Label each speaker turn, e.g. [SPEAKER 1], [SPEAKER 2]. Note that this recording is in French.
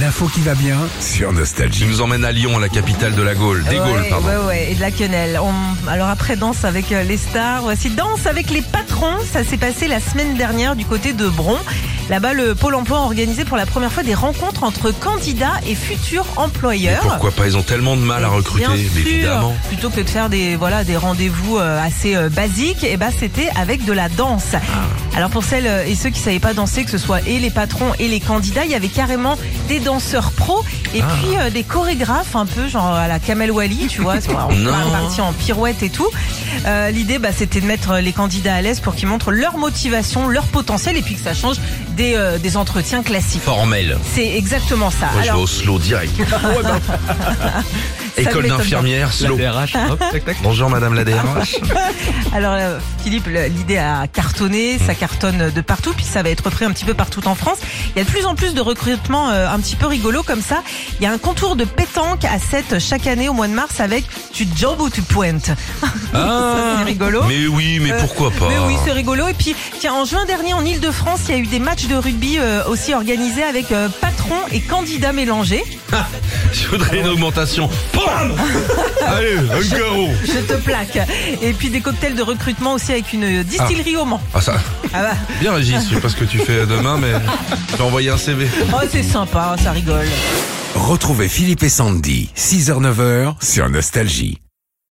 [SPEAKER 1] L'info qui va bien sur
[SPEAKER 2] Il
[SPEAKER 1] Nostalgie.
[SPEAKER 2] nous emmène à Lyon, la capitale de la Gaule, des Gaules,
[SPEAKER 3] ouais, bah
[SPEAKER 2] pardon.
[SPEAKER 3] ouais, ouais, et de la quenelle. On- Alors après Danse avec euh, les stars, voici Danse avec les patrons. Ça s'est passé la semaine dernière du côté de Bron. Là-bas, le Pôle emploi a organisé pour la première fois des rencontres entre candidats et futurs
[SPEAKER 2] Mais
[SPEAKER 3] employeurs.
[SPEAKER 2] pourquoi pas Ils ont tellement de mal à
[SPEAKER 3] Et
[SPEAKER 2] recruter,
[SPEAKER 3] bien sûr,
[SPEAKER 2] évidemment.
[SPEAKER 3] Plutôt que de faire des voilà des rendez-vous euh, assez euh, basiques, et ben c'était avec de la danse.
[SPEAKER 2] Ah.
[SPEAKER 3] Alors pour celles euh, et ceux qui savaient pas danser, que ce soit et les patrons et les candidats, il y avait carrément des danseurs pros et
[SPEAKER 2] Ah.
[SPEAKER 3] puis euh, des chorégraphes un peu genre à la Kamel Wally, tu vois, on
[SPEAKER 2] Non.
[SPEAKER 3] va partir en pirouette et tout. Euh, L'idée, bah, c'était de mettre les candidats à l'aise pour qu'ils montrent leur motivation, leur potentiel et puis que ça change des, euh, des entretiens classiques.
[SPEAKER 2] Formel.
[SPEAKER 3] C'est exactement ça.
[SPEAKER 2] Moi, je vais
[SPEAKER 3] Alors,
[SPEAKER 2] au slow direct.
[SPEAKER 3] ne
[SPEAKER 2] École
[SPEAKER 3] m'étonne pas. Ah,
[SPEAKER 2] d'infirmière, slow. Bonjour, madame la DRH.
[SPEAKER 3] Alors euh, Philippe, le- l'idée a cartonné,
[SPEAKER 2] Mm.
[SPEAKER 3] ça cartonne de partout, puis ça va être repris un petit peu partout en France. Il y a de plus en plus de recrutements euh, un petit peu rigolos comme ça. Il y a un contour de pétanque à 7 chaque année au mois de mars avec tu jobs ou tu pointes. Ça, c'est rigolo.
[SPEAKER 2] Ah. Mais oui, mais
[SPEAKER 3] Euh,
[SPEAKER 2] pourquoi pas
[SPEAKER 3] Mais oui, c'est rigolo. Et puis, tiens, en juin dernier, en Ile-de-France, il y a eu des matchs de rugby euh, aussi organisés avec euh, patrons et candidats mélangés.
[SPEAKER 2] Je voudrais
[SPEAKER 3] Ah
[SPEAKER 2] une augmentation. Bam Allez, un carreau.
[SPEAKER 3] Je te plaque. Et puis, des cocktails de recrutement aussi avec une distillerie au Mans.
[SPEAKER 2] Ah, ça.
[SPEAKER 3] Ah bah,
[SPEAKER 2] Bien, Régis, je sais pas ce que tu fais demain, mais je vais envoyer un CV.
[SPEAKER 3] oh, c'est sympa, ça rigole.
[SPEAKER 1] Retrouvez Philippe et Sandy, 6h-9h sur Nostalgie.